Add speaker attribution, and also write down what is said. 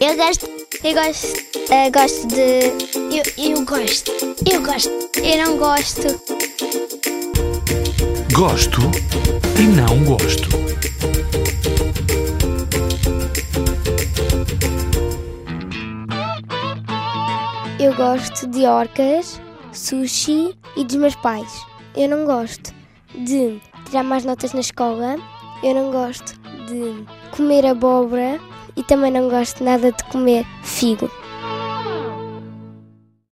Speaker 1: Eu gosto. Eu gosto. eh, gosto de. Eu, eu gosto. Eu gosto. Eu não gosto.
Speaker 2: Gosto e não gosto.
Speaker 1: Eu gosto de orcas, sushi e dos meus pais. Eu não gosto de tirar mais notas na escola. Eu não gosto de comer abóbora e também não gosto nada de comer figo.